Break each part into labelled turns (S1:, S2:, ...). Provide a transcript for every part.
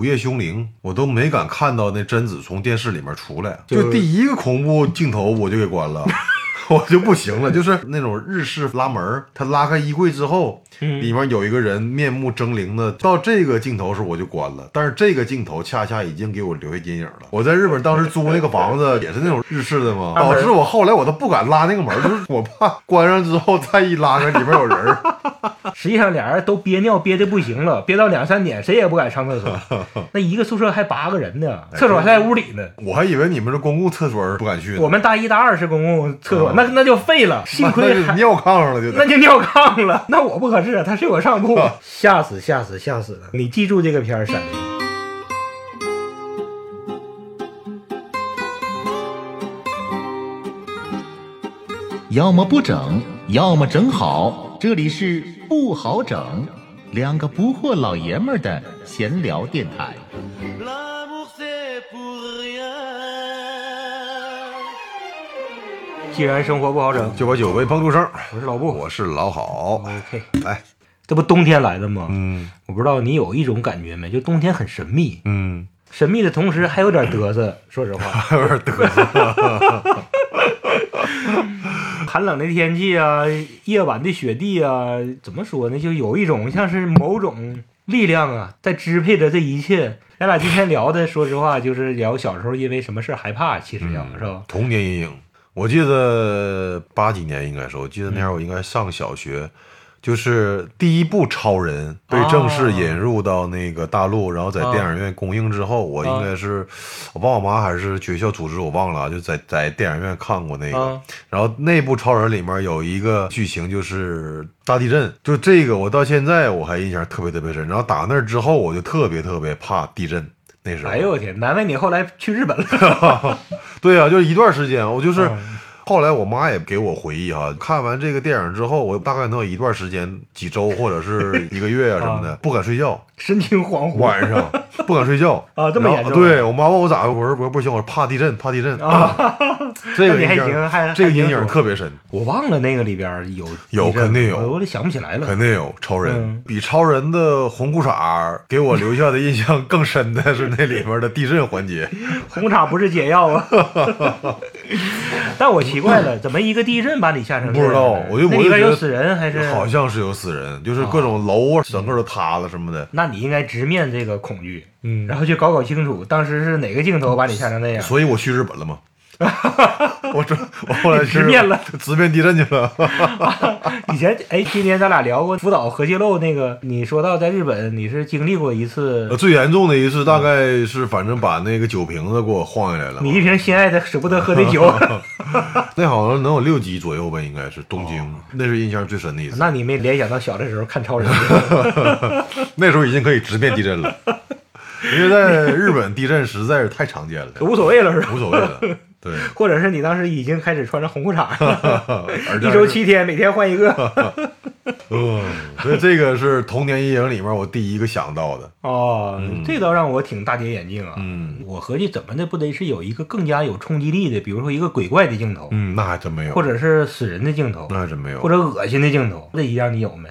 S1: 午夜凶铃》，我都没敢看到那贞子从电视里面出来，
S2: 就
S1: 就第一个恐怖镜头我就给关了。 我就不行了，就是那种日式拉门儿，他拉开衣柜之后，里面有一个人面目狰狞的，到这个镜头时候我就关了。但是这个镜头恰恰已经给我留下阴影了。我在日本当时租那个房子也是那种日式的 嘛，
S2: 拉门
S1: 导
S2: 儿
S1: 致我后来我都不敢拉那个门儿，就是我怕关上之后再一拉开里面有人儿。
S2: 实际上俩人都憋尿憋的不行了，憋到两三点，谁也不敢上厕 所。那一个宿舍还八个人呢，
S1: 哎
S2: 厕所还在屋里呢。
S1: 我还以为你们是公共厕所儿不敢去呢，
S2: 我们大一大二是公共厕所，那那就废了，幸
S1: 哦那
S2: 亏
S1: 就
S2: 还
S1: 尿炕上了就得
S2: 那。就尿炕了。那我不合适，啊他睡我
S1: 哦
S2: 上铺，吓死吓死吓死了！你记住这个片儿，闪灵。
S1: 嗯
S3: 要么不整，要么整好。这里是不好整，两个不惑老爷们儿的闲聊电台。
S4: L'amour c'est pour rien.
S2: 既然生活不好整，
S1: 九八九为帮助生，
S2: 我是老布。嗯
S1: 我是老好。
S2: OK，
S1: 哎，
S2: 这不冬天来了吗？
S1: 嗯
S2: 我不知道你有一种感觉没，就冬天很神秘，
S1: 嗯，
S2: 神秘的同时还有点嘚瑟。说实话，
S1: 还有点嘚瑟。
S2: 寒冷的天气啊，夜晚的雪地啊，怎么说呢？就有一种像是某种力量啊，在支配着这一切。咱俩今天聊的，说实话就是聊小时候因为什么事儿害怕，其实
S1: 嗯
S2: 要、是吧？
S1: 童年阴影，我记得八几年应该是，我记得那会儿我应该上小学。
S2: 嗯
S1: 就是第一部超人被正式引入到那个大陆，然后在电影院公映之后，
S2: 嗯
S1: 我应该是我爸我妈还是学校组织，我忘了啊，就在在电影院看过那个。
S2: 啊
S1: 然后那部超人里面有一个剧情就是大地震，就这个我到现在我还印象特别特别深。然后打那儿之后，我就特别特别怕地震。那时候，
S2: 哎呦我天，难为你后来去日本了。
S1: 对啊，就是一段时间，我就是。
S2: 嗯
S1: 后来我妈也给我回忆哈，看完这个电影之后，我大概能有一段时间，几周或者是一个月啊什 么的，不敢睡觉，
S2: 神情恍惚
S1: 晚 上不敢睡觉
S2: 啊这么
S1: 然后
S2: 严重啊
S1: 对我妈问我咋回事，我说我说不行，我说怕地震，怕地震。
S2: 啊！
S1: 这个
S2: 那你还
S1: 印象
S2: 行还
S1: 这个
S2: 还
S1: 阴
S2: 挺
S1: 影
S2: 好
S1: 特别深。
S2: 我忘了那个里边儿有
S1: 有
S2: 地震
S1: 肯定有
S2: 我我都想不起 来了
S1: 肯。定有超人，
S2: 嗯
S1: 比超人的红裤衩儿给我留下的印象更深的是那里面的地震环 节。
S2: 红茶不是解 药啊！但我奇怪了，怎么一个地震把你吓成这
S1: 不
S2: 样
S1: 知道，
S2: 呢
S1: 我就
S2: 那
S1: 我就
S2: 里
S1: 觉
S2: 边
S1: 得
S2: 有死人还是？
S1: 好像是有死人，就是各种楼啊，整个都塌了什么的。
S2: 那你应该直面这个恐惧，
S1: 嗯
S2: 然后去搞搞清楚当时是哪个镜头把你吓成那样。
S1: 所以我去日本了 嘛。我这我后来
S2: 你
S1: 去
S2: 直
S1: 日本
S2: 面了，
S1: 直面地震去 了。
S2: 以前哎，今天咱俩聊过福岛核泄漏那个，你说到在日本你是经历过一次，
S1: 最严重的一次大概是，反正把那个酒瓶子给我晃下来了嘛。
S2: 你一瓶心爱的舍不得喝的 酒，
S1: 那好像能有六级左右吧，应该是东京，那是印象最深的一次。
S2: 哦那你没联想到小的时候看超人？
S1: 那时候已经可以直面地 震了，因为在日本地震实在是太常见了，
S2: 无所谓了是吧？
S1: 无所谓了。 对，
S2: 或者是你当时已经开始穿着红裤衩 了，
S1: 而
S2: 一周，七天，每天换一个。
S1: 嗯，所以这个是童年阴影里面我第一个想到的。
S2: 哦，这倒让我挺大跌眼镜啊。
S1: 嗯
S2: 我合计怎么的不得是有一个更加有冲击力的，比如说一个鬼怪的镜头，
S1: 嗯，那还真没有，
S2: 或者是死人的镜头，
S1: 那还真没有，
S2: 或者恶心的镜头，这一样你有没？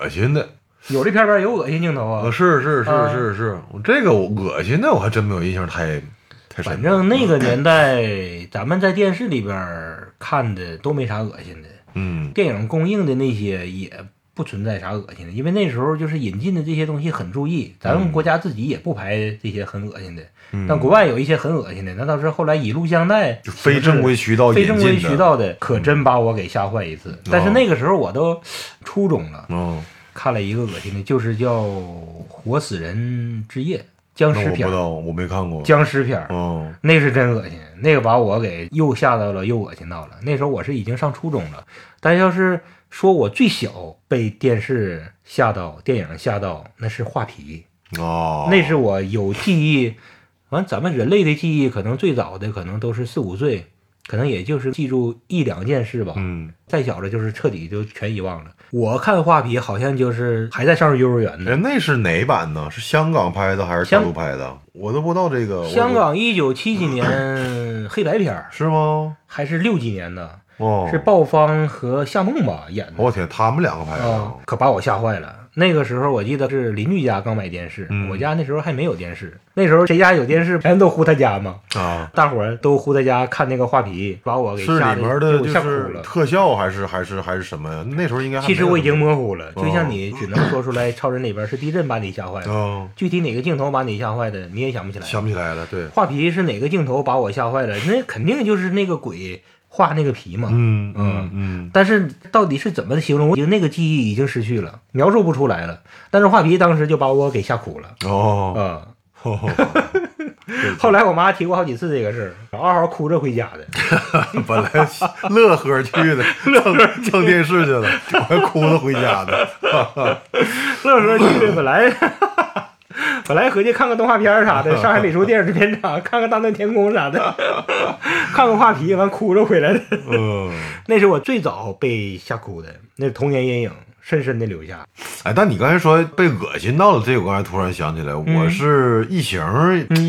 S1: 恶心的，
S2: 有这片边有恶心镜头
S1: 啊，
S2: 啊，
S1: 是是
S2: 啊
S1: 是是是，我这个我恶心的我还真没有印象太太深。
S2: 反正那个年代咱们在电视里边儿看的都没啥恶心的，
S1: 嗯，
S2: 电影公映的那些也不存在啥恶心的，因为那时候就是引进的这些东西很注意，咱
S1: 嗯
S2: 们国家自己也不排这些很恶心的，但国外有一些很恶心的，那倒是后来以录像带
S1: 就非正规渠道
S2: 非
S1: 引
S2: 正规
S1: 进
S2: 渠
S1: 的。嗯哦
S2: 道的，可真把我给吓坏一次。但是那个时候我都初中了，
S1: 嗯，
S2: 看了一个恶心的，就是叫《活死人之夜》僵
S1: 那
S2: 尸
S1: 我不
S2: 片
S1: 知
S2: 儿，
S1: 道，我没看过。
S2: 僵尸片儿，
S1: 嗯
S2: 那是真恶心，那个把我给又吓到了，又恶心到了。那时候我是已经上初中了，但要是说我最小被电视吓到、电影吓到，那是画皮，
S1: 哦，
S2: 那是我有记忆。完，咱们人类的记忆可能最早的可能都是四五岁，可能也就是记住一两件事吧。
S1: 嗯，
S2: 再小了就是彻底就全遗忘了。我看画皮好像就是还在上幼儿园呢
S1: 哎，。那是哪版呢？是香港拍的还是大
S2: 香
S1: 陆拍的？我都不知道这个。我
S2: 香港一九七几年黑白片儿
S1: 是吗？
S2: 还是六几年的，
S1: 哦，
S2: 是鲍方和夏梦吧演的
S1: 我天，他们两个拍的
S2: 嗯
S1: 啊
S2: 啊，可把我吓坏了。那个时候我记得是邻居家刚买电视，
S1: 嗯
S2: 我家那时候还没有电视。那时候谁家有电视，全都呼他家嘛，
S1: 啊，
S2: 大伙儿都呼他家看那个画皮，把我给
S1: 是
S2: 吓
S1: 里
S2: 得
S1: 面
S2: 给
S1: 的
S2: 我
S1: 就
S2: 吓哭
S1: 是
S2: 了。
S1: 特效还是还是还是什么呀？那时候应该还
S2: 其实
S1: 没有
S2: 我已经
S1: 什么
S2: 模糊了，就
S1: 哦
S2: 像你只能说出来《超人》里边是地震把你吓坏了，
S1: 哦，
S2: 具体哪个镜头把你吓坏的，你也想不起来。
S1: 想不起来了，对，
S2: 画皮是哪个镜头把我吓坏了？那肯定就是那个鬼画那个皮嘛。
S1: 嗯嗯
S2: 嗯
S1: 嗯，
S2: 但是到底是怎么形容，我已经那个记忆已经失去了，描述不出来了。但是画皮当时就把我给吓哭了啊、
S1: 哦，
S2: 后来我妈提过好几次这个事儿，嗷嗷哭着回家的。
S1: 本来乐呵去 的，蹭蹭电视去了，还哭着回家的，
S2: 乐呵去的本来本来合计看个动画片儿啥的，上海美术电影制片厂看个《大闹天宫》啥的，看个画皮，完哭着回来的。
S1: 嗯，
S2: 那是我最早被吓哭的，那童年阴影深深的留下。
S1: 哎，但你刚才说被恶心到了，这我刚才突然想起来，
S2: 嗯
S1: 我是异形，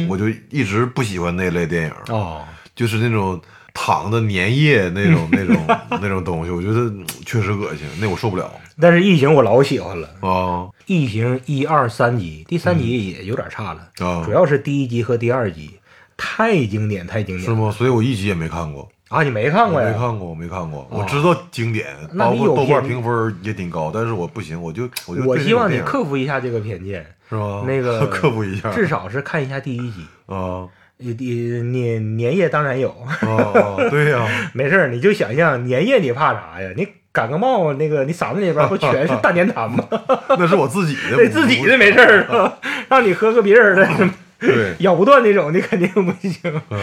S1: 我就一直不喜欢那类电影，
S2: 哦，
S1: 就是那种躺着粘液那 种、那种那种东西，我觉得嗯确实恶心，那我受不了
S2: 但是异形我老喜欢了，
S1: 啊
S2: 异形一二三集，第三集也有点差了，
S1: 啊
S2: 主，要是第一集和第二集太经典，太经
S1: 是
S2: 典了
S1: 吗？所以我一集也没看过，
S2: 啊！你没看
S1: 我
S2: 过
S1: 没
S2: 呀？哦
S1: 看过，我没看过，我知道经典，
S2: 那
S1: 包
S2: 你
S1: 括
S2: 有
S1: 豆瓣
S2: 偏
S1: 评分也挺高，但是我不行，我就我就
S2: 我
S1: 对
S2: 希望
S1: 那
S2: 你
S1: 种电影
S2: 克服一下这个偏见，
S1: 是吗？
S2: 那 个
S1: 克服一下，
S2: 至少是看一下第一集。
S1: 啊
S2: 你你你粘液当然有，
S1: 啊，啊对呀、
S2: 没事儿，你就想象粘液你怕啥呀？你感个冒，那个你嗓子里边不全是大粘痰吗？
S1: 那是我自 己的，
S2: 对自己的没事儿，是吧让你喝个别人的，
S1: 对，
S2: 咬不断那种，你肯定不行。
S1: 嗯，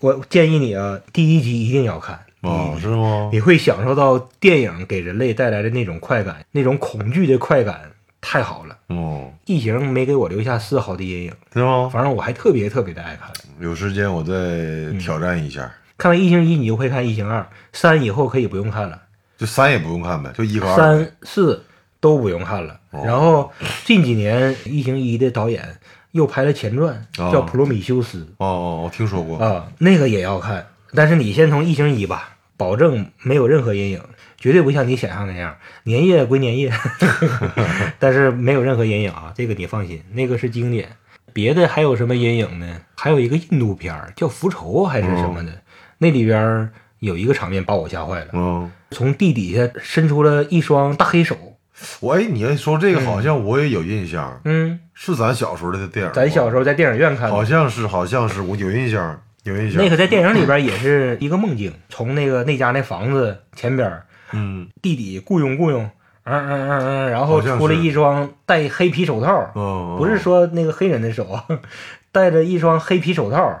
S2: 我建议你啊，第一集一定要看，
S1: 哦，是吗？
S2: 你会享受到电影给人类带来的那种快感，那种恐惧的快感，太好了。
S1: 哦，
S2: 异形没给我留下丝毫的阴影，
S1: 是吗？
S2: 反正我还特别特别的爱看。
S1: 有时间我
S2: 嗯
S1: 再挑战一下，
S2: 看完异形一，你就会看异形二，三以后可以不用看了，
S1: 就三也不用看呗，就一和二。
S2: 三四都不用看了。
S1: 哦
S2: 然后近几年异形一的导演又拍了前传，
S1: 哦
S2: 叫《普罗米修斯》。
S1: 哦哦，我听说过。
S2: 啊，那个也要看，但是你先从异形一吧，保证没有任何阴影，绝对不像你想象那样，粘液归粘 液，但是没有任何阴影啊，这个你放心，那个是经典。别的还有什么阴影呢？还有一个印度片儿叫《复仇》还是什么的，
S1: 哦
S2: 那里边儿有一个场面把我吓坏了，
S1: 嗯，
S2: 从地底下伸出了一双大黑手，
S1: 我哎，你要说这个好像我也有印象，
S2: 嗯，
S1: 是咱小时候的电影吗。
S2: 咱小时候在电影院看的，
S1: 好像是，好像是，我有印象，有印象。
S2: 那个在电影里边也是一个梦境，从那个那家那房子前边儿
S1: 嗯
S2: 地底雇佣雇佣，嗯嗯嗯嗯，然后
S1: 好像是
S2: 出了一双戴黑皮手
S1: 嗯，
S2: 套，
S1: 嗯
S2: 不是说那个黑人的手 啊，戴着一双黑皮手套，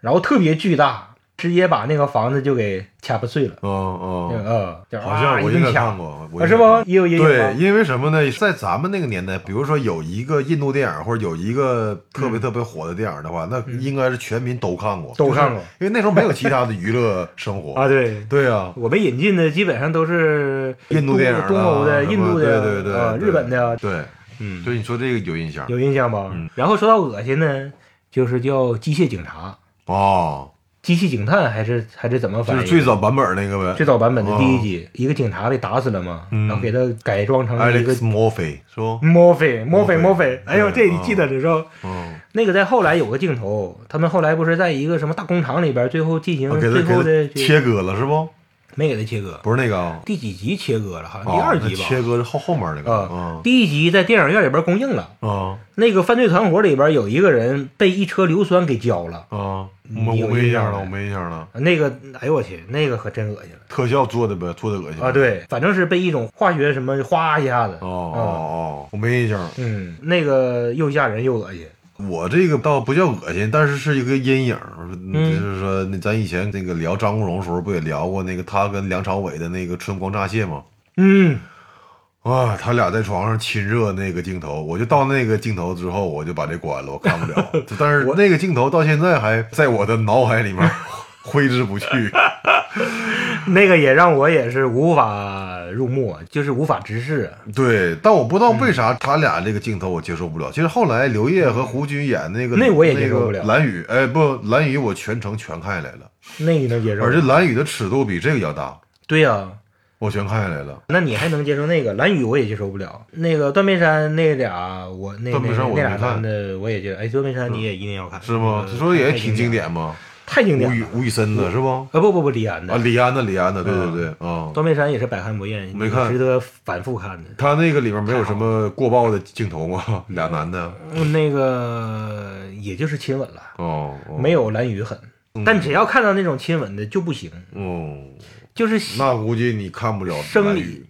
S2: 然后特别巨大，直接把那个房子就给掐不碎了。
S1: 嗯嗯，
S2: 嗯，就
S1: 好像
S2: 啊
S1: 我
S2: 一
S1: 应该
S2: 顿
S1: 看
S2: 抢，
S1: 过，我应
S2: 啊
S1: 该
S2: 是
S1: 看
S2: 不
S1: 过？
S2: 也有阴影
S1: 对，
S2: 吗？
S1: 因为什么呢？在咱们那个年代，比如说有一个印度电影或者有一个特别特别火的电影的话，那应该是全民都看过，
S2: 嗯都看过
S1: 就是因为那时候没有其他的娱乐生活
S2: 啊，。对。
S1: 对啊，
S2: 我们引进的基本上都是
S1: 印度电影啊
S2: 东欧的、
S1: 什么
S2: 印度的、
S1: 对对对
S2: 啊
S1: 对
S2: 日本的，
S1: 对，
S2: 嗯，
S1: 所以你说这个有印象
S2: 有印象吧？
S1: 嗯
S2: 然后说到恶心呢，就是叫《机械警察》
S1: 哦，
S2: 《机器警探》，还是还是怎么
S1: 就
S2: 翻译？
S1: 是最早版本那个呗
S2: 最早版本的第一集，一个警察被打死了嘛，
S1: 嗯
S2: 然后给他改装成了一个
S1: ，Alex Murphy 是不？
S2: 墨菲，墨菲，
S1: Murphy，
S2: 墨菲。哎呦，
S1: 对
S2: 这你记得这是吧？
S1: 嗯，
S2: 那个在后来有个镜头，他们后来不是在一个什么大工厂里边，最后进行
S1: 啊给
S2: 最
S1: 他
S2: 后
S1: 给
S2: 的
S1: 他切割了是不？
S2: 没给他切割，
S1: 不是那个啊，
S2: 第几集切割了？好像第
S1: 哦
S2: 二
S1: 那
S2: 集吧。
S1: 切割是后后面那个，
S2: 啊
S1: 嗯，
S2: 第一集在电影院里边公映了。
S1: 嗯
S2: 那个犯罪团伙里边有一个人被一车硫酸给浇了，
S1: 嗯，
S2: 你
S1: 我我
S2: 有
S1: 没印
S2: 印
S1: 象
S2: 象
S1: 了，
S2: 了
S1: 我没印象了，
S2: 那个哎呦我去，那个可真恶心了。
S1: 特效做的呗，做的恶心
S2: 啊，，对，反正是被一种化学什么哗一下子，啊
S1: 哦哦哦，我没印象，
S2: 嗯，那个又吓人又恶心，
S1: 我这个倒不叫恶心，但是是一个阴影儿，
S2: 嗯
S1: 就是说那咱以前那个聊张国荣的时候不也聊过那个他跟梁朝伟的那个春光乍泄吗？
S2: 嗯，
S1: 啊，他俩在床上亲热那个镜头，我就到那个镜头之后，我就把这关了，我看不 了。但是那个镜头到现在还在我的脑海里面 挥之不去。
S2: 那个也让我也是无法入目，啊就是无法直视。啊
S1: 对，但我不知道为啥他俩这个镜头我接受不了。其实后来刘烨和胡军演那个，
S2: 那我也接受不了
S1: 那个蓝宇，哎，不，蓝宇我全程全看下来了，
S2: 那你能接受吗？
S1: 而且蓝宇的尺度比这个要大。
S2: 对呀、啊
S1: 我全看下来了。
S2: 那你还能接受那个蓝宇，我也接受不了。那个断背山那俩，我那那
S1: 断背山我
S2: 那
S1: 没
S2: 俩
S1: 看嗯
S2: 男的，我也觉得，哎，断背山你也一定嗯要看，
S1: 是吗？你
S2: 这个
S1: 说也
S2: 太
S1: 挺经，典吗？
S2: 太经
S1: 吴
S2: 典
S1: 宇
S2: 了。
S1: 吴宇森的是不？
S2: 啊，不不不，李安的
S1: 啊，李安的李安的，对
S2: 嗯
S1: 对对啊。
S2: 断背山也是百看不厌，
S1: 没看
S2: 值得反复看的。
S1: 他那个里面没有什么过爆的镜头吗？ 俩男的
S2: 嗯那个也就是亲吻了，
S1: 哦，哦
S2: 呃没有蓝宇狠，但只要看到那种亲吻的就不行，
S1: 嗯，
S2: 就是
S1: 那估计你看不了
S2: 生理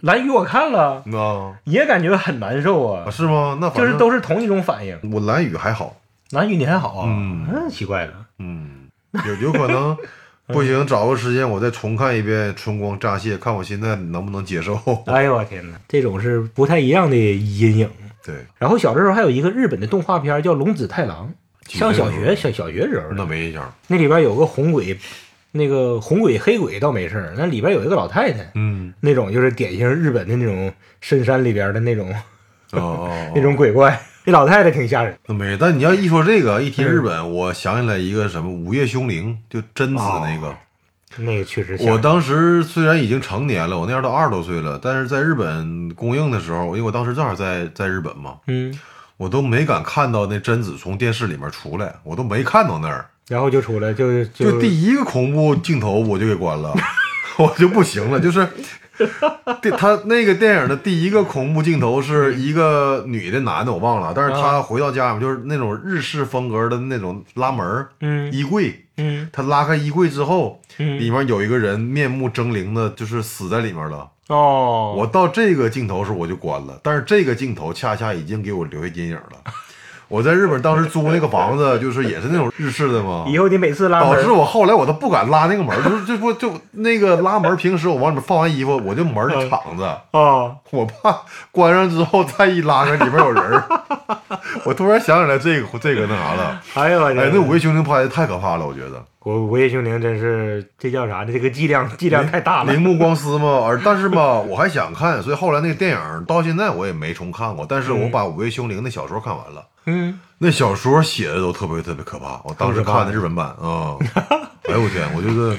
S2: 蓝宇我看了
S1: 蓝宇啊
S2: 也感觉很难受
S1: 啊
S2: 啊，
S1: 是吗？那反
S2: 就
S1: 正
S2: 是都是同一种反应。
S1: 我蓝宇还好，
S2: 蓝宇你还好啊，
S1: 嗯
S2: 奇怪了，
S1: 嗯，有有可能不行，找个时间我再重看一遍《春光乍泄》，看我现在能不能接 受。
S2: 哎呦我天哪，这种是不太一样的阴影。
S1: 对，
S2: 然后小的时候还有一个日本的动画片叫《龙子太郎》，上小
S1: 几岁
S2: 学
S1: 的时
S2: 小小学时
S1: 候
S2: 候
S1: 那
S2: 的，
S1: 没印象。
S2: 那里边有个红鬼，那个红鬼黑鬼倒没事儿，那里边有一个老太太，
S1: 嗯，
S2: 那种就是典型日本的那种深山里边的那种
S1: 哦
S2: 嗯
S1: 哦，哦
S2: 那种鬼怪，那老太太挺吓人。
S1: 那没。但你要一说这个，一提日本，我想起来一个什么《午夜凶铃》，就贞子那个。
S2: 那个确实吓人，
S1: 我当时虽然已经成年了，我那时候都二十多岁了，但是在日本公映的时候，因为我当时正好在在日本嘛，
S2: 嗯，
S1: 我都没敢看到那贞子从电视里面出来，我都没看到那儿。
S2: 然后就出来就
S1: 就第一个恐怖镜头我就给关了， 我就不行了， 就是。电他那个电影的第一个恐怖镜头是一个女的男的我忘了，但是他回到家就是那种日式风格的那种拉门儿
S2: 嗯
S1: 衣柜，
S2: 嗯
S1: 他拉开衣柜之后，
S2: 嗯
S1: 里面有一个人面目狰狞的，就是死在里面了。
S2: 哦，
S1: 我到这个镜头时候我就关了，但是这个镜头恰恰已经给我留下阴影了。我在日本当时租那个房子，就是也是那种日式的嘛，
S2: 以后你每次拉
S1: 导
S2: 门
S1: 致我后来我都不敢拉那个门儿，就是这不就那个拉门儿，平时我往里面放完衣服，我就门儿就敞着，
S2: 哦，
S1: 我怕关上之后再一拉开里面有人儿。 我突然想起来这个这个那啥了，
S2: 哎呦我
S1: 哎，
S2: 天
S1: 那《午夜凶铃》拍的太可怕了，我觉得。
S2: 我午夜凶铃真是这叫啥？这个剂量剂量太大了
S1: 铃木光司嘛， 而但是吧，我还想看，所以后来那个电影儿到现在我也没重看过，但是我把《午夜凶铃》那小说看完了。
S2: 嗯，
S1: 那小说写的都特别特别可怕，我当时看的日本版
S2: 嗯
S1: 啊，哎呦我天，我觉得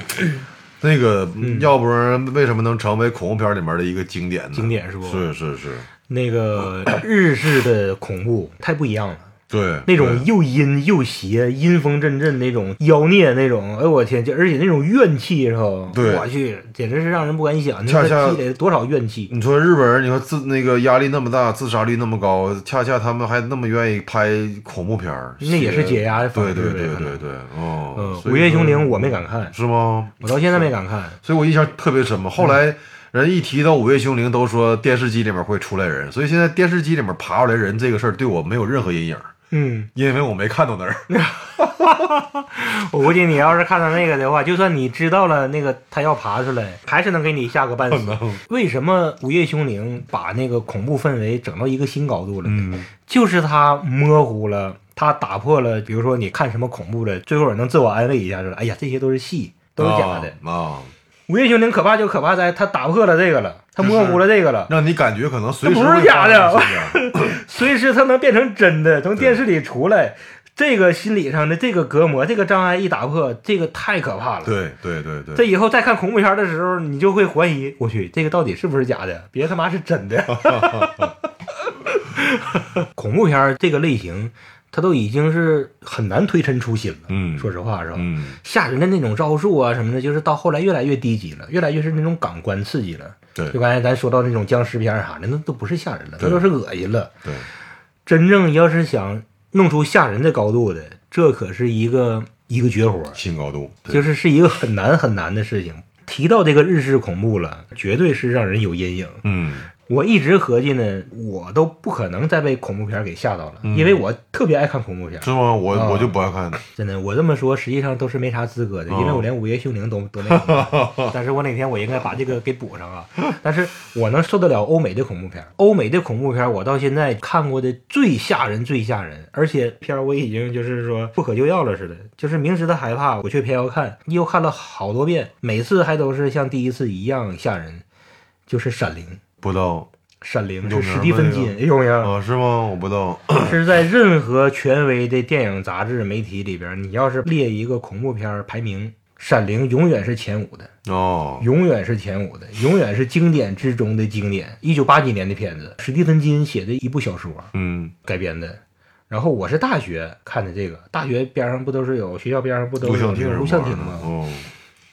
S1: 那个
S2: 嗯
S1: 要不然为什么能成为恐怖片里面的一个经典呢？
S2: 经典是不
S1: 是是是，
S2: 那个日式的恐怖太不一样了。
S1: 对
S2: 那
S1: 对
S2: 种又阴又邪、阴风阵阵那种妖孽那种，哎呦我天！就而且那种怨气是吧？
S1: 对
S2: 我去，简直是让人不敢想，那
S1: 恰恰
S2: 个积累了多少怨气？
S1: 你说日本人，你说自那个压力那么大，自杀率那么高，恰恰他们还那么愿意拍恐怖片儿，
S2: 那也是
S1: 写
S2: 解压的方
S1: 对
S2: 式
S1: 对
S2: 呗
S1: 对
S2: 可
S1: 对
S2: 能
S1: 对，哦
S2: 嗯，，
S1: 所
S2: 《
S1: 以
S2: 午夜
S1: 说
S2: 凶铃》我没敢看，
S1: 是吗？嗯
S2: 我到现在没敢看。
S1: 所以我印象特别深嘛。后来人一提到《午夜凶铃》，都说电视机里面会出来人，所以现在电视机里面爬出来人这个事儿对我没有任何阴影，
S2: 嗯，
S1: 因为我没看到 那儿。
S2: 我估计你要是看到那个的话，就算你知道了那个他要爬出来，还是能给你吓个半死。为什么《午夜凶铃》把那个恐怖氛围整到一个新高度了呢？
S1: 嗯
S2: 就是它模糊了，它打破了，比如说你看什么恐怖的，最后也能自我安慰一下，说哎呀，这些都是戏，都是假的。
S1: 啊啊，
S2: 午夜凶铃》可怕就可怕在它打破了这个了，它模糊了这个了，
S1: 让你感觉可能随时
S2: 这不是
S1: 会发生
S2: 假的
S1: 事 情啊
S2: 随时它能变成真的，从电视里出来。这个心理上的这个隔膜，这个障碍一打破，这个太可怕了。
S1: 对对对对，
S2: 这以后再看恐怖片的时候，你就会怀疑，我去，这个到底是不是假的？别他妈是真的。 恐怖片这个类型，它都已经是很难推陈出新了。
S1: 嗯
S2: 说实话是吧？
S1: 嗯，
S2: 吓人的那种招数啊什么的，就是到后来越来越低级了，越来越是那种感官刺激了。
S1: 对
S2: 就刚才咱说到那种僵尸片啥的，那都不是吓人了，那
S1: 对
S2: 都是恶心了。
S1: 对，
S2: 真正要是想弄出吓人的高度的，这可是一个一个绝活儿。
S1: 新高度，对
S2: 就是是一个很难很难的事情。提到这个日式恐怖了，绝对是让人有阴影。
S1: 嗯
S2: 我一直合计呢，我都不可能再被恐怖片给吓到了，因为我特别爱看恐怖片
S1: 是。吗？我、
S2: 啊
S1: 我就不爱看，
S2: 真的，我这么说实际上都是没啥资格的，因为
S1: 哦
S2: 我连《午夜凶铃都》都没有 看。但是我哪天我应该把这个给补上啊！但是我能受得了欧美的恐怖片，欧美的恐怖片我到现在看过的最吓人、最吓人，而且片儿我已经就是说不可救药了似的，就是明知道害怕，我却偏要看，又看了好多遍，每次还都是像第一次一样吓人，就是《闪灵》。
S1: 不知道
S2: 闪灵
S1: 有
S2: 是
S1: 名儿
S2: 史蒂
S1: 吗
S2: 芬
S1: 这个
S2: 金，有名儿
S1: 啊，是吗？我不 知道，啊
S2: 是在任何权威的电影、杂志、媒体里边，你要是列一个恐怖片儿排名，《闪灵》永远是前五的，
S1: 哦，
S2: 永远是前五的，永远是经典之中的经典。一九八几年的片子，史蒂芬金写的一部小说
S1: 嗯，
S2: 改编的。然后我是大学看的这个，大学边上不都是有学校边上不都
S1: 录
S2: 是有
S1: 像
S2: 那
S1: 厅什
S2: 个
S1: 么
S2: 录像
S1: 玩
S2: 厅
S1: 意儿的
S2: 吗？
S1: 哦，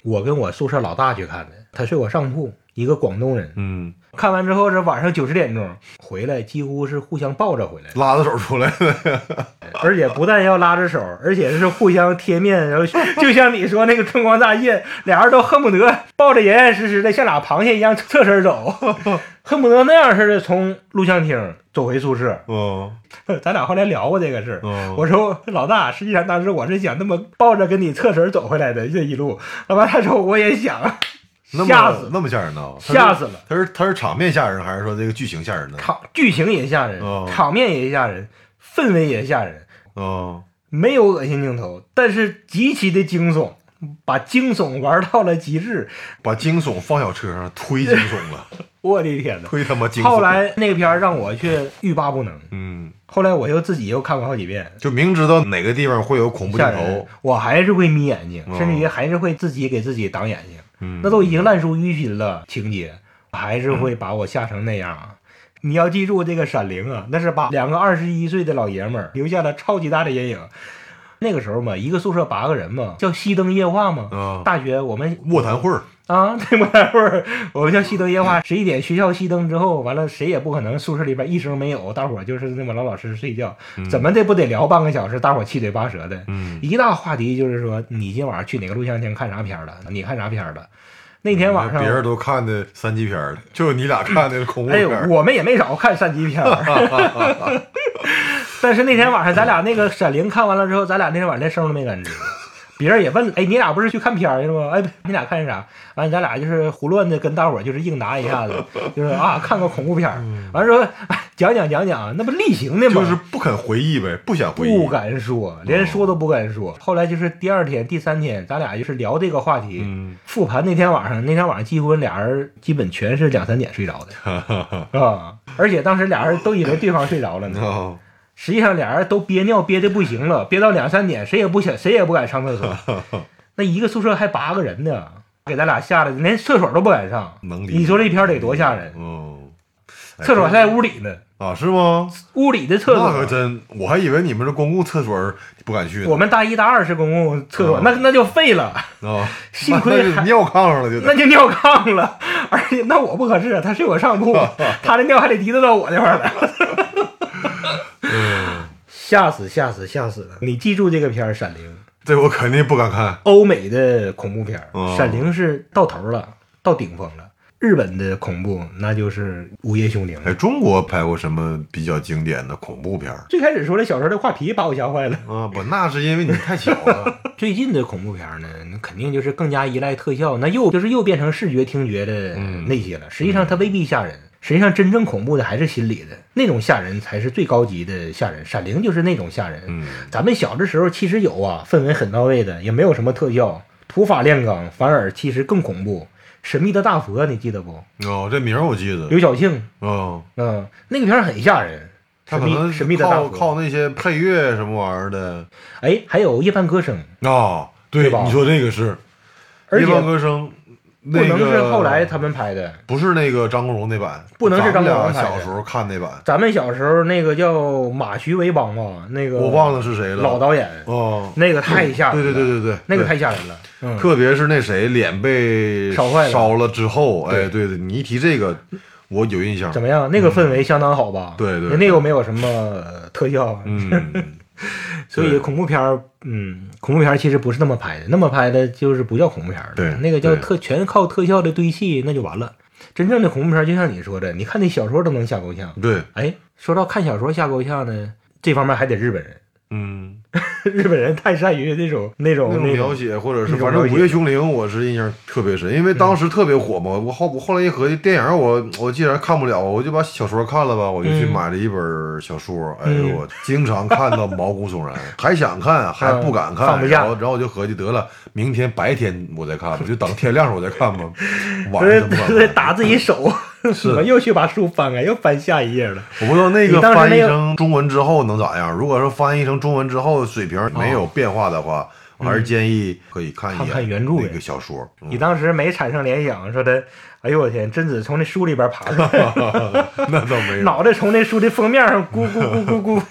S2: 我跟我宿舍老大去看的，他睡我上铺，一个广东人。
S1: 嗯，
S2: 看完之后是晚上九十点钟回来，几乎是互相抱着回来的，
S1: 拉着手出 来的，
S2: 而且不但要拉着手，而且是互相贴面，然后就像你说那个春光乍泄，俩人都恨不得抱着严严实实的，像俩螃蟹一样侧身走，恨不得那样似的从录像厅走回宿舍。
S1: 哦，
S2: 咱俩后来聊过这个事儿，
S1: 哦
S2: 我说老大，实际上当时我是想那么抱着跟你侧身走回来的这一路，他妈他说我也想，
S1: 那
S2: 吓死
S1: 么
S2: 了
S1: 那么吓人呢？他是
S2: 吓死了。
S1: 他是他是场面吓人，还是说这个剧情吓人呢？
S2: 场剧情也吓人，
S1: 哦
S2: 场面也吓人，氛围也吓人，
S1: 哦，
S2: 没有恶心镜头，但是极其的惊悚，把惊悚玩到了极致。
S1: 把惊悚放小车上，推惊悚了，
S2: 我的天呐！
S1: 推他妈惊悚。
S2: 后，来那个片儿让我却欲罢不能，
S1: 嗯，
S2: 后来我又自己又看过好几遍，
S1: 就明知道哪个地方会有恐怖镜
S2: 吓人
S1: 头，，
S2: 我还是会眯眼睛，
S1: 哦
S2: 甚至于还是会自己给自己挡眼睛。
S1: 嗯，
S2: 那都已经烂熟于心了，情节还是会把我吓成那样啊！
S1: 嗯
S2: 你要记住，这个《闪灵》啊，那是把两个二十一岁的老爷们儿留下了超级大的阴影。那个时候嘛，一个宿舍八个人嘛，叫熄灯夜话嘛。
S1: 啊，
S2: 大学我们
S1: 卧谈会儿，
S2: 啊， 对吧？会儿我们叫熄灯夜话，十一点学校熄灯之后，完了谁也不可能宿舍里边一声没有，大伙儿就是那么老老实实睡觉，怎么的不得聊半个小时，大伙儿七嘴八舌的。
S1: 嗯，
S2: 一大话题就是说，你今晚上去哪个录像厅看啥片儿了？你看啥片儿了？那天晚上，
S1: 嗯别人都看的三级片儿，就你 俩看的恐怖
S2: 哎
S1: 片
S2: 呦，
S1: 儿，
S2: 我们也没少看三级片儿。 但是那天晚上，咱俩那个《闪灵》看完了之后，咱俩那天晚上连声都没敢吱。别人也问了，哎，你俩不是去看片儿去了吗？哎，你俩看啥？完了，咱俩就是胡乱的跟大伙儿就是硬拿一 下子，就是啊，看个恐怖片儿。完了说、哎讲讲讲讲，那不例行的吗？
S1: 嗯就是不肯回忆呗，不嗯想回忆，
S2: 不敢说，连说都不敢说。后来就是第二天、第三天，咱俩就是聊这个话题。
S1: 嗯
S2: 复盘那天晚上，那天晚上几乎俩人基本全是两三点睡 着的啊、而且当时俩人都以为对方睡着了呢，
S1: 哦，
S2: 实际上俩人都憋尿憋的不行了，憋到两三点，谁也不想，谁也不敢上厕所。 那一个宿舍还八个人呢，给咱俩吓得连厕所都不敢上。
S1: 能理解
S2: 你说这片儿得多吓人？
S1: 哦，哎
S2: 厕所还在屋里呢，
S1: 啊，是吗？
S2: 屋里的厕所
S1: 那可真，我还以为你们是公共厕所儿不敢去呢。
S2: 我们大一大二是公共厕所，
S1: 哦
S2: 那那就废了。
S1: 啊，
S2: 幸
S1: 那
S2: 亏
S1: 那就
S2: 还
S1: 尿炕上了就得
S2: 那就尿炕了，而且那我不合适，啊他睡我上铺，他的尿还得滴到到我这块儿来，
S1: 嗯，
S2: 吓死吓死吓死了！你记住这个片儿《闪灵》，
S1: 这我肯定不敢看。
S2: 欧美的恐怖片儿，
S1: 哦
S2: 闪灵》是到头了，到顶峰了。日本的恐怖那就是《午夜凶铃》
S1: 哎，中国拍过什么比较经典的恐怖片儿
S2: 最开始说这小时候的画皮把我吓坏了。
S1: 啊？ 不，那是因为你太小了。
S2: 最近的恐怖片呢，那肯定就是更加依赖特效，那又就是又变成视觉、听觉的
S1: 嗯
S2: 那些了。实际上它未必吓人，实际上真正恐怖的还是心理的那种吓人，才是最高级的吓人。闪灵就是那种吓人。
S1: 嗯，
S2: 咱们小的时候其实有啊，氛围很到位的，也没有什么特效，土法炼钢，反而其实更恐怖。神秘的大佛，啊你记得不？
S1: 哦，这名儿我记得
S2: 刘。晓庆，
S1: 哦，
S2: 嗯、那个片儿很吓人。
S1: 他可
S2: 神秘
S1: 能
S2: 神秘的大
S1: 靠
S2: 佛，
S1: 靠那些配乐什么玩意儿的
S2: 哎，还有夜半歌声，
S1: 啊。对
S2: 哦对吧
S1: 你说这个是
S2: 而且
S1: 夜半
S2: 不
S1: 歌声，那
S2: 能是
S1: 个
S2: 后来他们拍的。
S1: 不是那个张国荣那版，
S2: 不能是张国荣
S1: 咱们
S2: 拍
S1: 俩
S2: 的
S1: 小时候看那版，
S2: 咱们小时候那个叫马徐维邦吧，那个
S1: 我忘了是谁了。
S2: 老导演，
S1: 哦，
S2: 那个太吓人
S1: 对
S2: 了，
S1: 对对对对，
S2: 那个
S1: 对
S2: 太吓人了，嗯，
S1: 特别是那谁脸被
S2: 烧坏了
S1: 烧了之后，
S2: 对
S1: 哎，对对，你一提这个，我有印象
S2: 怎。么样？那个氛围相当好吧？
S1: 嗯对对
S2: 那又没有什么特效，啊
S1: 嗯，
S2: 所以恐怖片儿，嗯，恐怖片儿其实不是那么拍的，那么拍的就是不叫恐怖片儿了，
S1: 对
S2: 那个叫
S1: 对
S2: 特全靠特效的堆砌，那就完了。真正的恐怖片儿就像你说的，你看那小说都能吓够呛。
S1: 对，
S2: 哎，说到看小说吓够呛呢，这方面还得日本人，
S1: 嗯，
S2: 日本人太善于那种那
S1: 那
S2: 种
S1: 种
S2: 那
S1: 描
S2: 种
S1: 写或者
S2: 那
S1: 是
S2: 种
S1: 反正
S2: 描
S1: 《
S2: 写
S1: 午夜凶铃》，我是印象特别深，因为当时特别火嘛。我后我后来一合计，电影我我既然看不了，我就把小说看了吧，我就去
S2: 嗯
S1: 买了一本小说。哎
S2: 嗯
S1: 呦，我经常看到毛骨悚然，还想看还不敢看，
S2: 放不下
S1: 然后然后我就合计得了，明天白天我再看吧，就等天亮时候我再看 吧，晚
S2: 对
S1: 上怎么
S2: 对，
S1: 看？
S2: 打自己 手，
S1: 是
S2: 怎么又去把书翻开，又翻下一页了？
S1: 我不知道那个
S2: 你当时
S1: 翻译
S2: 那个
S1: 成中文之后能咋样。如果说翻译成中文之后水平没有变化的话，我还是建议可以看一眼
S2: 哦嗯看看原著呗
S1: 那个小说。嗯
S2: 你当时没产生联想，说的，哎呦我天，贞子从那书里边爬出来，
S1: 那倒没有。
S2: 脑袋从那书的封面上咕咕咕咕 咕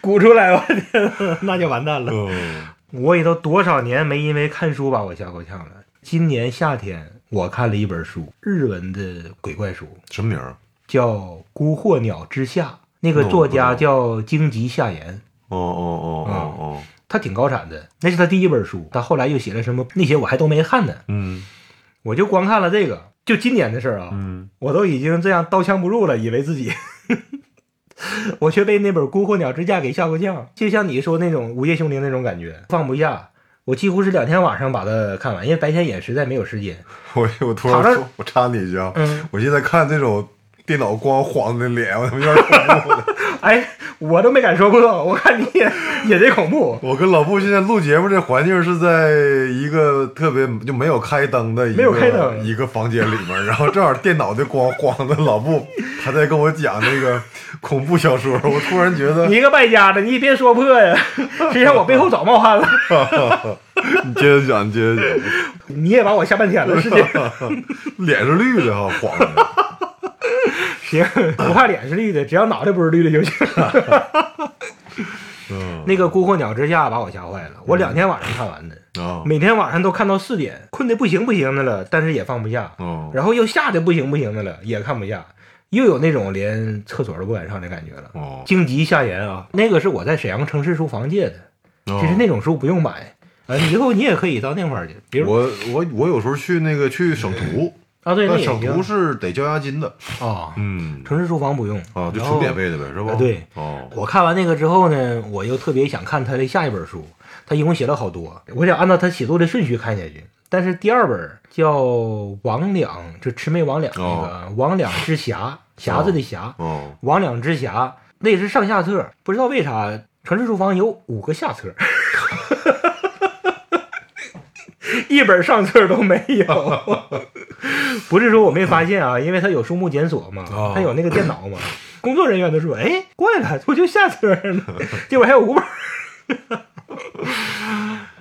S2: 咕出来，我天，那就完蛋了。
S1: 嗯
S2: 我也都多少年没因为看书把我吓够呛了。今年夏天我看了一本书，日文的鬼怪书，
S1: 什么名儿？
S2: 叫《孤惑鸟之下》，那个
S1: 哦
S2: 作家叫荆棘夏言，
S1: 哦哦哦
S2: 嗯
S1: 哦哦，
S2: 他挺高产的，那是他第一本书。他后来又写了什么那些我还都没看呢，
S1: 嗯
S2: 我就光看了这个。就今年的事儿啊，
S1: 嗯，
S2: 我都已经这样刀枪不入了，以为自己， 我却被那本《孤惑鸟之架》给吓够呛，就像你说那种《午夜凶铃》那种感觉，放不下。我几乎是两天晚上把它看完，因为白天也实在没有时间。
S1: 我我突然
S2: 躺那儿
S1: 说，我插你一句啊，
S2: 嗯，
S1: 我现在看这种电脑光晃的脸，我他妈有点恐怖了。
S2: 哎，我都没敢说破，我看你也也得恐怖，
S1: 我跟老布现在录节目，这环境是在一个特别就没有开灯的一个
S2: 没有开灯
S1: 一个房间里面，然后正好电脑的光晃的，老布他在跟我讲那个恐怖小说，我突然觉得
S2: 你一个败家的，你别说破呀， 谁让我背后早冒汗了？
S1: 你接着讲，你接着讲，
S2: 你也把我吓半 天了，是这样。
S1: 脸是绿的哈，晃的，
S2: 行，不怕脸是绿的，只要脑袋不是绿的就行。
S1: 嗯
S2: 那个《孤惑鸟之下》把我吓坏了，我两天晚上看完的。
S1: 啊
S2: 每天晚上都看到四点，困得不行不行的了，但是也放不下，
S1: 哦
S2: 然后又吓得不行不行的了，也看不下，又有那种连厕所都不敢上的感觉了。
S1: 哦，
S2: 荆棘夏言啊，那个是我在沈阳城市书房借的，
S1: 哦
S2: 其实那种书不用买，呃，以后你也可以到那块儿去，比如
S1: 我我我有时候去那个去省图，
S2: 啊，对，那
S1: 但
S2: 也
S1: 省
S2: 行
S1: 图是得交押金的，
S2: 啊，
S1: 嗯
S2: 城市书房不用
S1: 啊，就
S2: 然
S1: 纯
S2: 后
S1: 免费的呗，是吧？
S2: 啊对
S1: 哦，
S2: 我看完那个之后呢，我又特别想看他的下一本书，他一共写了好多，我想按照他写作的顺序看下去。但是第二本叫《魍魉》，就魑魅魍魉那个啊《魍魉之匣》，匣子的匣，
S1: 哦，
S2: 《魍魉之匣》那也是上下册，不知道为啥城市书房有五个下册， 一本上册都没有。 不是说我没发现啊，因为它有书目检索嘛
S1: 哦，
S2: 它有那个电脑嘛。工作人员都说：“哎，怪了，我就下册呢， 结果还有五本。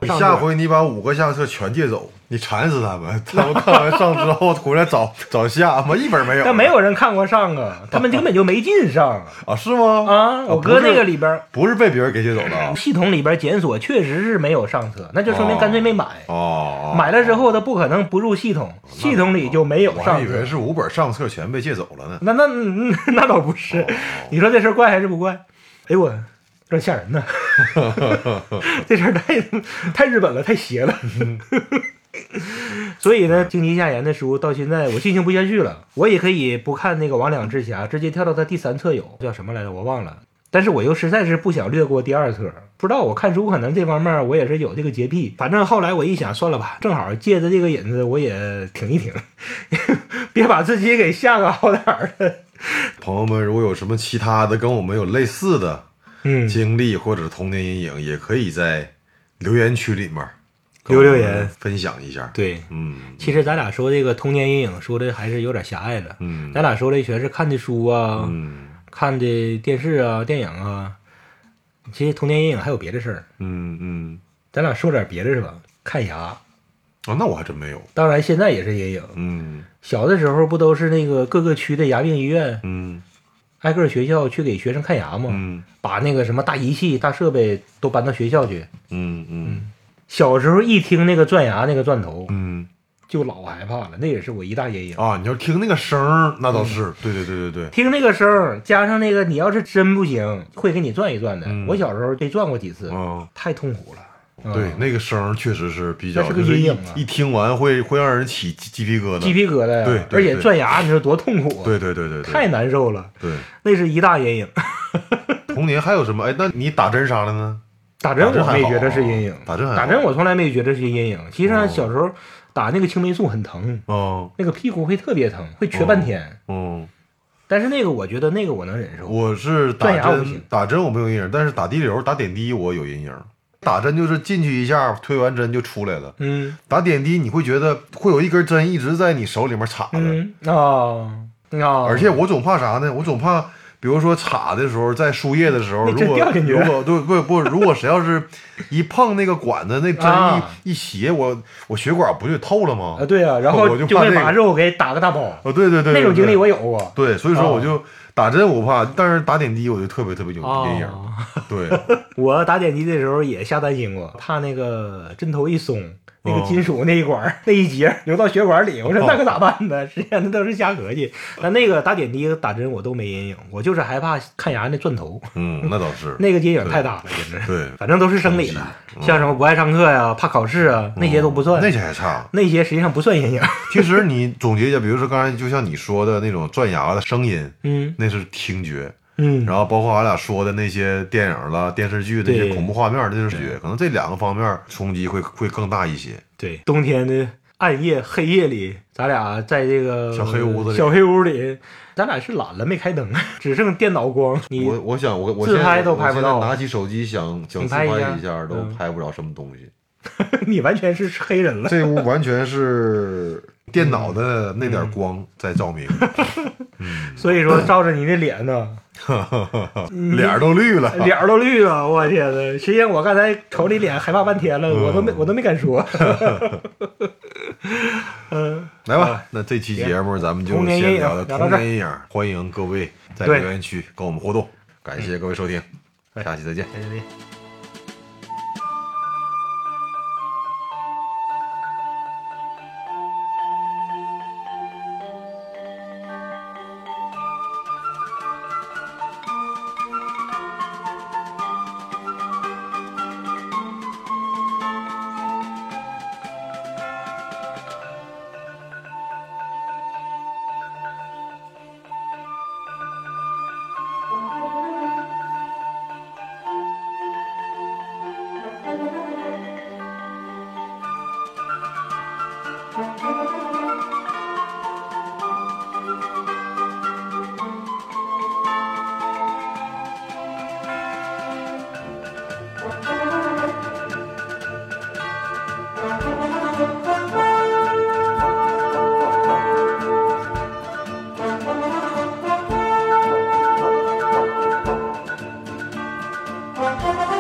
S1: 你
S2: 上
S1: 下
S2: 册
S1: 回你把五个相册全借走，你馋死他们， 他们看完上之后回来找找下，妈一本没有，
S2: 但没有人看过上啊，他们根本就没进上
S1: 啊？是吗？
S2: 啊。我
S1: 不
S2: 哥
S1: 是
S2: 那个里边，
S1: 不是被别人给借走的啊？
S2: 系统里边检索确实是没有上册，那就说明干脆没买。
S1: 哦，
S2: 买了之后，它不可能不入系统，系统里就没有
S1: 我还
S2: 上
S1: 以
S2: 册
S1: 为。是五本上册全被借走了呢。
S2: 那那嗯嗯那倒不
S1: 哦
S2: 是，你说这事儿怪还是不怪？哎呦我，有点吓人呢，这事儿太太日本了，太邪了。 所以呢，荆棘夏言的书到现在我进行不下去了，我也可以不看那个《魍魉之匣》，直接跳到他第三册有叫什么来着，我忘了。但是我又实在是不想略过第二册，不知道我看书可能这方面我也是有这个洁癖。反正后来我一想，算了吧，正好借着这个引子，我也挺一挺， 别把自己给吓个好点儿的。
S1: 朋友们，如果有什么其他的跟我们有类似的
S2: 嗯，
S1: 经历或者童年阴影，也可以在留言区里面
S2: 留留言
S1: 跟我们分享一下。，
S2: 对，
S1: 嗯
S2: 其实咱俩说这个童年阴影说的还是有点狭隘了。
S1: 嗯
S2: 咱俩说的全是看的书啊，
S1: 嗯
S2: 看的电视啊、电影啊。其实童年阴影还有别的事儿，
S1: 嗯嗯，
S2: 咱俩说点别的是吧？看牙，
S1: 哦，那我还真没有。
S2: 当然现在也是阴影。
S1: 嗯
S2: 小的时候不都是那个各个区的牙病医院、
S1: 嗯
S2: 挨个学校去给学生看牙吗？
S1: 嗯
S2: 把那个什么大仪器、大设备都搬到学校去。
S1: 嗯嗯
S2: 小时候一听那个钻牙那个钻头，
S1: 嗯
S2: 就老害怕了，那也是我一大阴影。
S1: 啊！你要听那个声儿，那倒是，
S2: 嗯
S1: 对对对对对，
S2: 听那个声儿，加上那个，你要是真不行，会给你转一转的。
S1: 嗯
S2: 我小时候被转过几次，
S1: 嗯，
S2: 太痛苦了。嗯
S1: 对，那个声儿确实是比较，
S2: 那是个
S1: 就是
S2: 阴
S1: 一
S2: 影啊
S1: 一听完会会让人起鸡鸡皮疙瘩。
S2: 鸡皮疙瘩呀，
S1: 对对
S2: 而且
S1: 对
S2: 钻牙，你说多痛苦啊！
S1: 对对对对对，
S2: 太难受了，
S1: 对。
S2: 那是一大阴影。
S1: 童年还有什么？哎，那你打针啥的呢？
S2: 打针
S1: 打针
S2: 我
S1: 还
S2: 没
S1: 好
S2: 觉得是阴影，
S1: 打针还好
S2: 打针我从来没觉得是阴影。其实
S1: 哦
S2: 上小时候打那个青霉素很疼，
S1: 哦，
S2: 那个屁股会特别疼，会瘸半天。
S1: 嗯，
S2: 但是那个我觉得那个我能忍受。
S1: 我是打
S2: 钻牙我不
S1: 针
S2: 行，
S1: 打针我没有阴影，但是打滴流、打点滴我有阴影。打针就是进去一下，推完针就出来了。
S2: 嗯
S1: 打点滴你会觉得会有一根针一直在你手里面插着，
S2: 嗯啊啊！
S1: 而且我总怕啥呢？我总怕比如说插的时候，在输液的时候，
S2: 那
S1: 如
S2: 针
S1: 果
S2: 掉进去
S1: 如果对不不，如果谁要是 一碰那个管子，那针一、
S2: 啊
S1: 一斜，我我血管不就透了吗？
S2: 啊，对啊，然后
S1: 我就
S2: 就
S1: 怕
S2: 会
S1: 这个
S2: 把肉给打个大包，
S1: 哦，对对对，
S2: 那种
S1: 对
S2: 经历
S1: 对
S2: 我有过。
S1: 对，所以
S2: 啊
S1: 说我就打针我不怕，但是打点滴我就特别特别有
S2: 啊
S1: 阴影。对，
S2: 我打点滴的时候也下担心过，怕那个针头一松，那个
S1: 哦
S2: 金属那一管、儿那一节儿流到血管里，我说
S1: 哦
S2: 那可咋办呢？实际上那都是瞎合计。但那个打点滴、打针我都没阴影，我就是害怕看牙那钻头，
S1: 嗯，那倒是，
S2: 那个阴影太大了，简直。
S1: 对，
S2: 反正都是生理的，像什么不爱上课呀、怕考试啊，那些都不算，
S1: 哦那些还差。
S2: 那些实际上不算阴影。
S1: 其实你总结一下，比如说刚才就像你说的那种钻牙的声音，
S2: 嗯
S1: 那是听觉，
S2: 嗯，
S1: 然后包括俺俩说的那些电影啦、电视剧的那些
S2: 对
S1: 恐怖画面，那就是觉，可能这两个方面冲击会会更大一些。
S2: 对，冬天的暗夜黑夜里，咱俩在这个
S1: 小黑屋子里
S2: 小黑屋里，咱俩是懒了没开灯， 只剩电脑光。你
S1: 我我想我我
S2: 自
S1: 现在
S2: 拍都拍不到
S1: 我现在拿起手机想想
S2: 你
S1: 自
S2: 拍
S1: 拍
S2: 一下
S1: 一下都
S2: 嗯
S1: 拍不着什么东西。
S2: 你完全是黑人了。
S1: 这屋完全是电脑的那
S2: 嗯
S1: 点光在照明，
S2: 所以说照着你的脸
S1: 啊
S2: 呢，
S1: 脸儿都绿了。
S2: 嗯脸儿都绿了，我天呐！实际上我刚才瞅你脸害怕半天了，我都没
S1: 啊
S2: 我都没敢说。嗯，
S1: 来吧，那这期节目咱们就先聊
S2: 童年阴影聊到
S1: 童
S2: 这儿
S1: 年阴影，欢迎各位在留
S2: 对
S1: 言区跟我们互动，感
S2: 嗯
S1: 谢各位收听，下期再见。
S2: 对对对。
S5: Thank